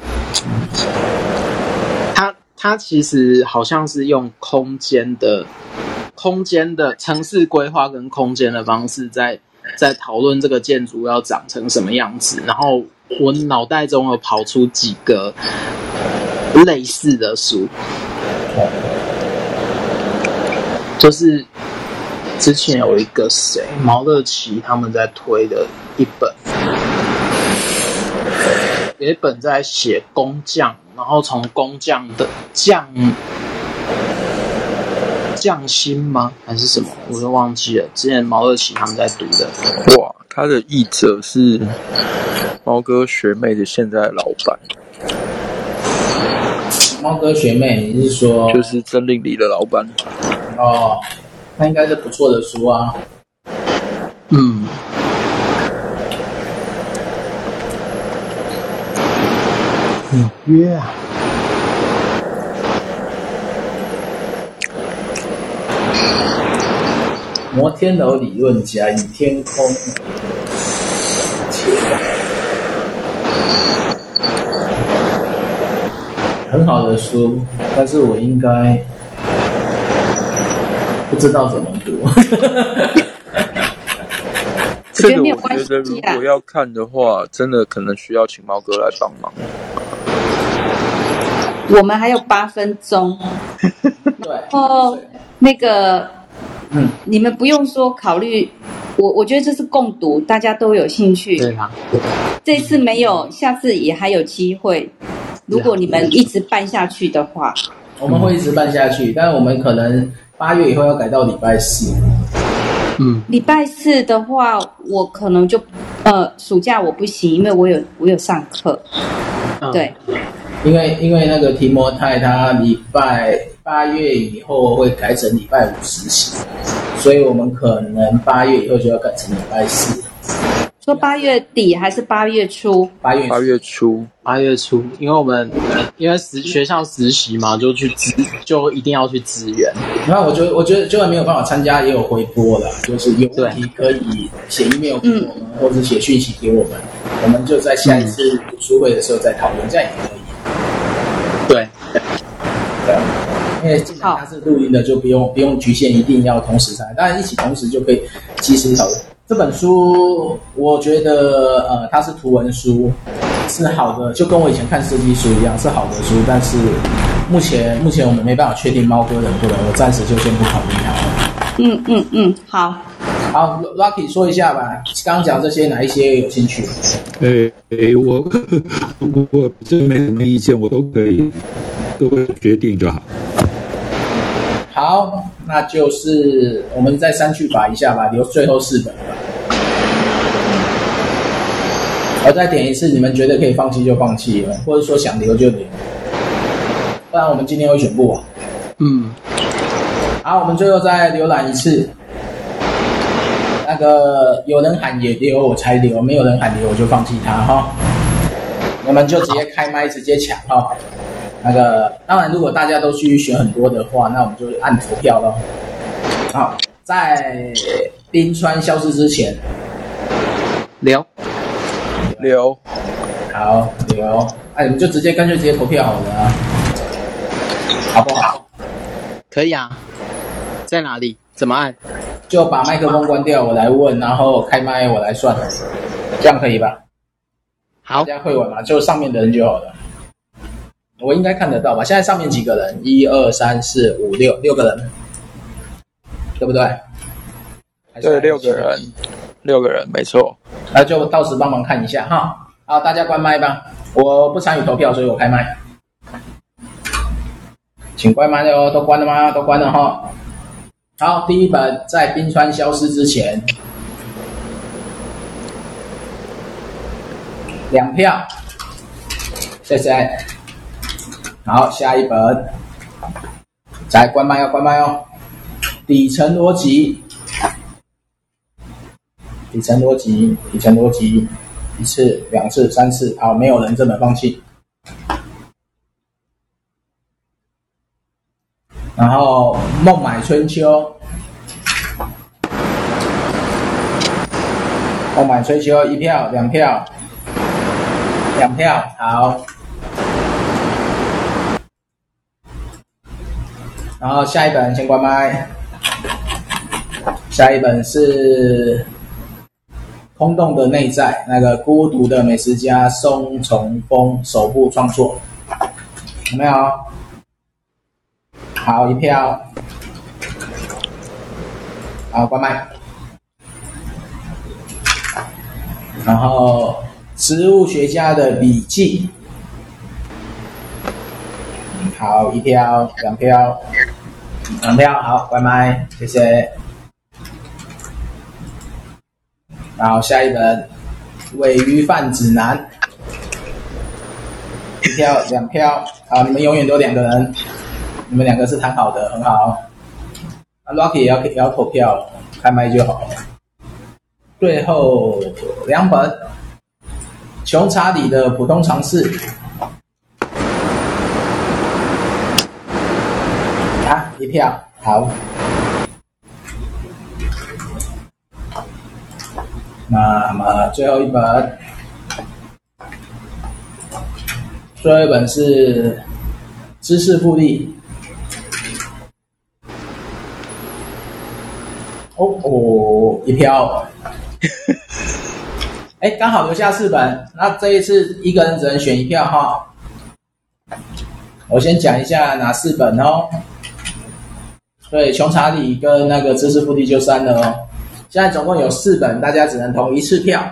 它它其实好像是用空间的空间的城市规划跟空间的方式在在讨论这个建筑要长成什么样子。然后我脑袋中有跑出几个类似的书，就是之前有一个谁毛乐奇他们在推的一本，有一本在写工匠，然后从工匠的匠匠心吗？还是什么？我都忘记了。之前毛乐奇他们在读的，
哇，他的译者是猫哥学妹的现在的老板，
猫哥学妹，你是说
就是真令里的老板。
哦，那应该是不错的书啊。
嗯，纽约啊，
摩天楼理论家与天空铁很好的书，但是我应该不知道怎么读。
这
觉得
个
没有
我
关
觉得
系
如
啊
果要看的话，真的可能需要请猫哥来帮忙。
我们还有八分钟
对，
哦。那个，
嗯，
你们不用说考虑，我我觉得这是共读，大家都有兴趣。
对啊啦，
这次没有，下次也还有机会。如果你们一直办下去的话，
我们会一直办下去，但是我们可能八月以后要改到礼拜四。
嗯。
礼拜四的话，我可能就呃暑假我不行，因为我有我有上课。
嗯
对，
因为因为那个提摩太他礼拜八月以后会改成礼拜五实习，所以我们可能八月以后就要改成礼拜四。
说八月底还是八月初？
八月
八月初，
八月初，因为我们呃因为实学校实习嘛，就去支，就一定要去支援。
然后我觉得，我觉得就算没有办法参加，也有回播了，就是有问题可以写 email 给我们，或者写讯息给我们，我们就在下一
嗯
次读书会的时候再讨论，这样也可以。
对，
对，因为既然它是录音的，就不用不用局限，一定要同时上来，当然一起同时就可以及时讨论。这本书我觉得呃，它是图文书，是好的，就跟我以前看设计书一样，是好的书。但是目前目前我们没办法确定猫哥能不能，我暂时就先不考虑它。
嗯嗯嗯，好。
好，Lucky 说一下吧，刚刚讲这些哪一些有兴趣？
诶、诶，哎我 我真没什么意见，我都可以，各位决定就好。
好，那就是我们再删去法一下吧，留最后四本吧。我再点一次，你们觉得可以放弃就放弃了，或者说想留就留，不然我们今天会选不完。
嗯，
好，我们最后再浏览一次。那个有人喊也留，我才留；没有人喊留，我就放弃他哈。我们就直接开麦，直接抢哈。那个当然，如果大家都去选很多的话，那我们就按投票咯。好，在冰川消失之前，
聊
留
好留，哎，我们就直接干脆直接投票好了啊，好不好？
可以啊，在哪里？怎么按？
就把麦克风关掉，我来问，然后开麦我来算，这样可以吧？
好
大，家会玩吗？就上面的人就好了。我应该看得到吧？现在上面几个人？一二三四五六，六个人，对不对？还是
对六个人，六个人没错。
那就到时帮忙看一下哈。好，大家关麦吧，我不参与投票，所以我开麦。请关麦哦，都关了吗？都关了哈。好，第一本在冰川消失之前，两票，谢谢。好，下一本，再关麦哦，关麦哦。底层逻辑底层逻辑，底层逻辑，一次、两次、三次，好，没有人这么放弃。然后孟买春秋，孟买春秋一票、两票、两票，好。然后下一本先关麦，下一本是空洞的内在，那个孤独的美食家松重丰首部创作，有没有？好，一票。好，关麦。然后，植物学家的笔记。好，一票，两票，两票。好，关麦，谢谢。然后下一本《尾鱼贩指南》，一票两票，好，你们永远都两个人，你们两个是谈好的，很好。啊，Rocky 也要也要投票，开麦就好。最后两本《穷查理的普通常识》啊，一票，好。那么最后一本，最后一本是《知识复利》。哦哦，一票。 哎，刚好留下四本，那这一次一个人只能选一票哈。我先讲一下哪四本哦。对，《穷查理》跟那个《知识复利》就删了哦。现在总共有四本，大家只能投一次票。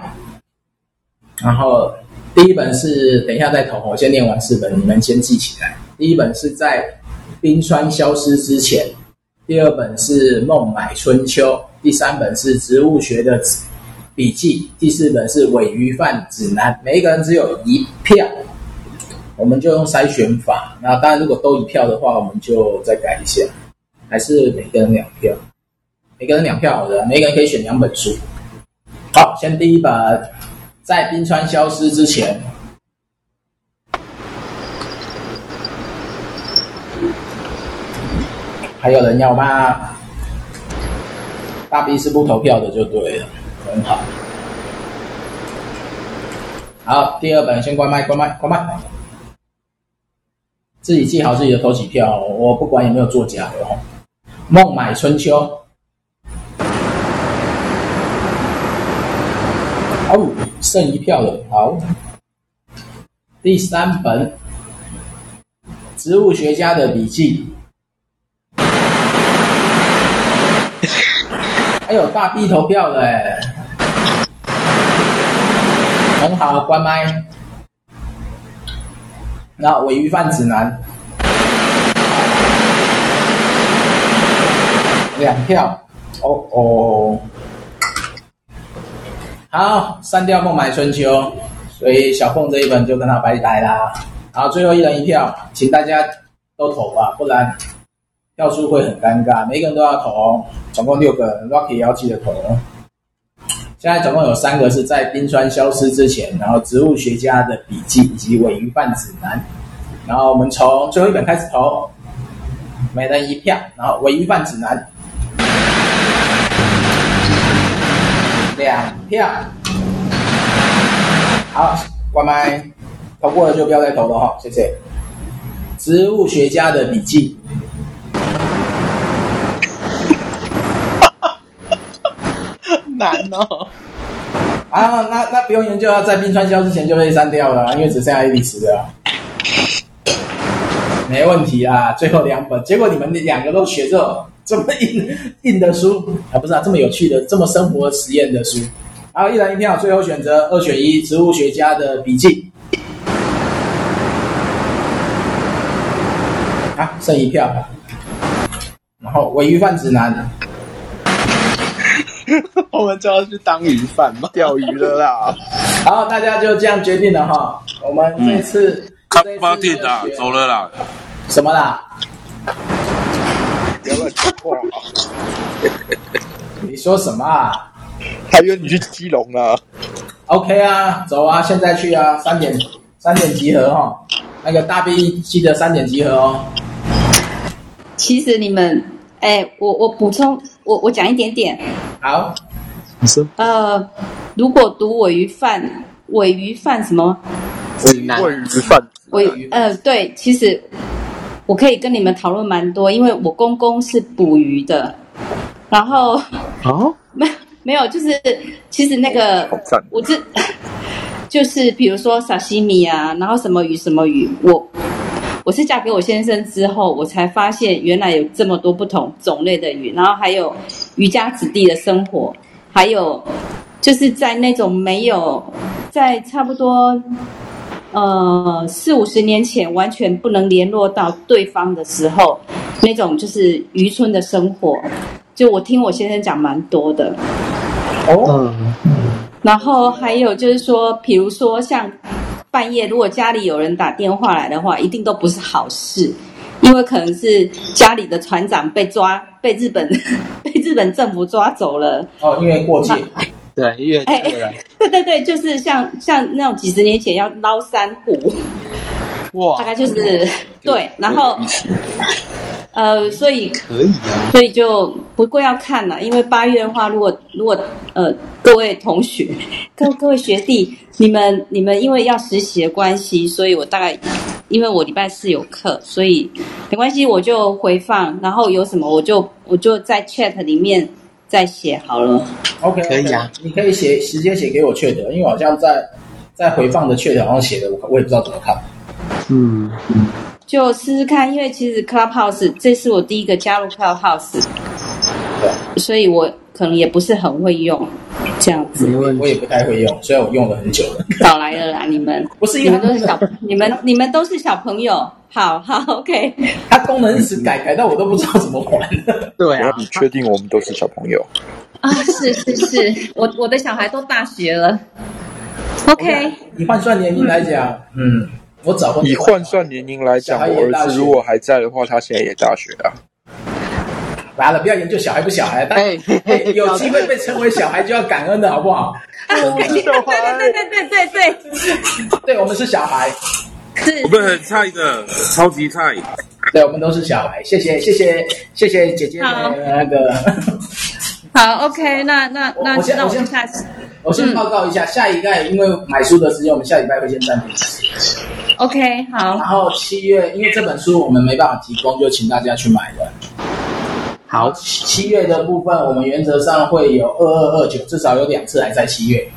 然后第一本是等一下再投，我先念完四本，你们先记起来。第一本是在冰川消失之前，第二本是孟买春秋，第三本是植物学的笔记，第四本是尾鱼贩指南。每一个人只有一票，我们就用筛选法。那当然，如果都一票的话，我们就再改一下，还是每个人两票。每个人两票好了，每个人可以选两本书。好，先第一本，在冰川消失之前，还有人要吗？大 B 是不投票的，就对了，很好。好，第二本先关麦，关麦，关麦。自己记好自己的投几票哦，我不管有没有作假的哦。孟买春秋。哦，剩一票了。好，第三本《植物学家的笔记》。 哎呦，大 B 投票了哎，很好，关麦。那尾鱼贩指南，两票，哦哦，好，删掉孟买春秋，所以小凤这一本就跟他拜拜啦。好，最后一人一票，请大家都投吧，不然票数会很尴尬，每个人都要投哦，总共六个人，Rocky 也要记得投哦。现在总共有三个是在冰川消失之前，然后《植物学家的笔记》以及《尾鱼贩指南》，然后我们从最后一本开始投，每人一票，然后《尾鱼贩指南》两票，好，关麦，投过了就不要再投了哈，谢谢。《植物学家的笔记》
难哦。
啊，那那不用研究了，在冰川消之前就被删掉了，啊因为只剩下一比十了。啊没问题啊，最后两本，结果你们两个都学这种这么硬 硬的书啊，不是啊，这么有趣的、这么生活实验的书。然后一人一票，最后选择二选一，《植物学家的笔记》啊，剩一票。然后《尾鱼贩指南》
我们就要去当鱼贩嘛。
钓鱼了啦，
好，大家就这样决定了哈。我们这次、
看
这次
八点啦
就，学
走了啦。
什么啦？
不要乱讲话啊！
你说什么啊
还约你去基隆啊啦，
？OK 啊，走啊，现在去啊，三点三点集合哈。那个大 B 记得三点集合哦。
其实你们，哎，我我补充，我我讲一点点，
好，
你说
呃，如果读尾鱼饭，尾鱼饭什么？
指南
喂鱼贩子
我呃，对，其实我可以跟你们讨论蛮多，因为我公公是捕鱼的，然后
哦，
没没有，就是其实那个
啊好赞
我这就是比如说沙西米啊，然后什么鱼什么鱼，我我是嫁给我先生之后，我才发现原来有这么多不同种类的鱼，然后还有渔家子弟的生活，还有就是在那种没有在差不多呃四五十年前完全不能联络到对方的时候，那种就是渔村的生活，就我听我先生讲蛮多的。
嗯，
然后还有就是说，比如说像半夜，如果家里有人打电话来的话，一定都不是好事，因为可能是家里的船长被抓，被日本 被日本政府抓走了。
哦，因为过界，
对，越
哎
界了，
对对对，就是像像那种几十年前要捞珊瑚，大
哇，
概就是对，然后呃，所以
可以啊，
所以就不过要看了，因为八月的话，如果如果呃各位同学、各各位学弟，你们你们因为要实习的关系，所以我大概因为我礼拜四有课，所以没关系，我就回放，然后有什么我就我就在 chat 里面再写哎好了。
OK，
可以啊，
你可以写直接写给我确的，因为好像在在回放的确的，好像写的我我也不知道怎么看。
嗯，
就试试看，因为其实 Clubhouse 这是我第一个加入 Clubhouse，所以我可能也不是很会用，这样子
没问
我
题。
也不太会用，虽然我用了很久了。
早来了啦，你们。
不是
你
因为
们都是 小，你们你们都是小朋友，好好，OK，
它功能一直改改到我都不知道怎么玩。
对
然
啊
后，你确定我们都是小朋友？
啊，是是是，我我的小孩都大学了，OK，
你换算年龄来讲，嗯，我早婚
以换算年龄来讲，我儿子如果还在的话，他现在也大学啊。
完了，不要研究小孩不小孩，但
哎
哎有机会被称为小孩就要感恩的好不好？
我是小孩，
对对对对对，
对，我们是小孩，
是
我们很菜的，超级菜。
对，我们都是小孩。谢谢谢谢谢谢姐姐
好
的那个。
好 OK，那那那
我先
那我
我
们
先
下次
我先报告一下，下一代因为买书的时间，我们下礼拜会先暂停。
OK 好
然后七月，因为这本书我们没办法提供，就请大家去买了。
好，
七月的部分，我们原则上会有二二二九，至少有两次还在七月。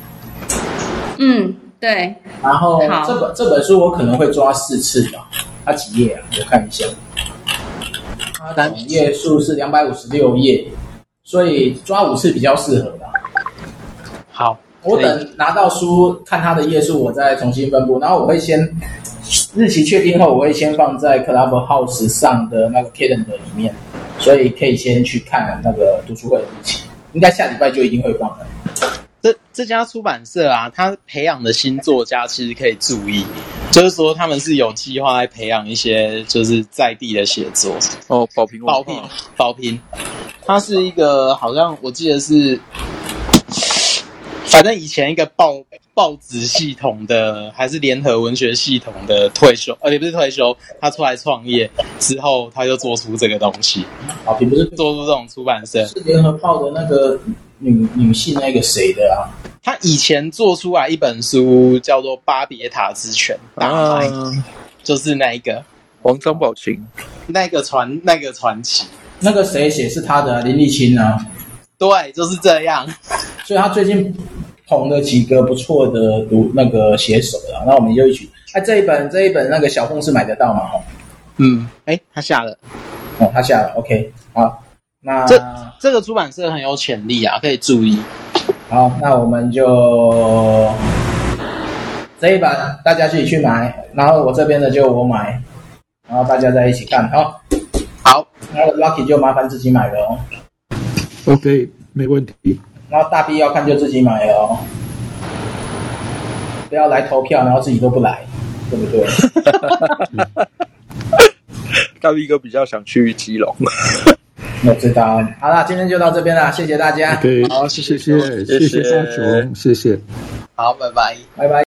嗯对
然后
好
这本这本书我可能会抓四次吧，它几页啊？我看一下，它总页数是两百五十六页，所以抓五次比较适合吧。
好，
我
可以
等拿到书看它的页数，我再重新分布。然后我会先日期确定后，我会先放在 Clubhouse 上的那个 calendar 里面，所以可以先去看那个读书会的日期，应该下礼拜就一定会放了。
这这家出版社啊，他培养的新作家其实可以注意，就是说他们是有计划来培养一些就是在地的写作。
哦，宝瓶文化
宝瓶，宝瓶，它是一个好像我记得是，反正以前一个报报纸系统的，还是联合文学系统的退休，呃，也不是退休，他出来创业之后，他就做出这个东西，
好，并不是
做出这种出版社。
是联合报的那个女女性那个谁的啊？
他以前做出来一本书叫做《巴别塔之泉》，打
啊
开、，就是那一个
王张宝琴，
那个传那个传奇，
那个谁写是他的啊、林立清啊，
对，就是这样。
所以他最近捧了几个不错的读那个写手啊，那我们就一起。哎、这一本这一本那个小凤是买得到吗？哦
嗯，哎，他下了。
哦，他下了，OK，好，那
这这个出版社很有潜力啊，可以注意。
好，那我们就这一版大家自己去买，然后我这边的就我买，然后大家再一起看，好，
好，
那个 Lucky 就麻烦自己买了哦，
OK，没问题。
然后大 B 要看就自己买了哦，不要来投票，然后自己都不来，对不对？
大 V 哥比较想去基隆，
我知道，好了，今天就到这边了，哎谢谢大家，
OK，
好谢谢
谢
谢
谢
谢
谢谢大雄，谢谢。
好，拜拜。
拜拜。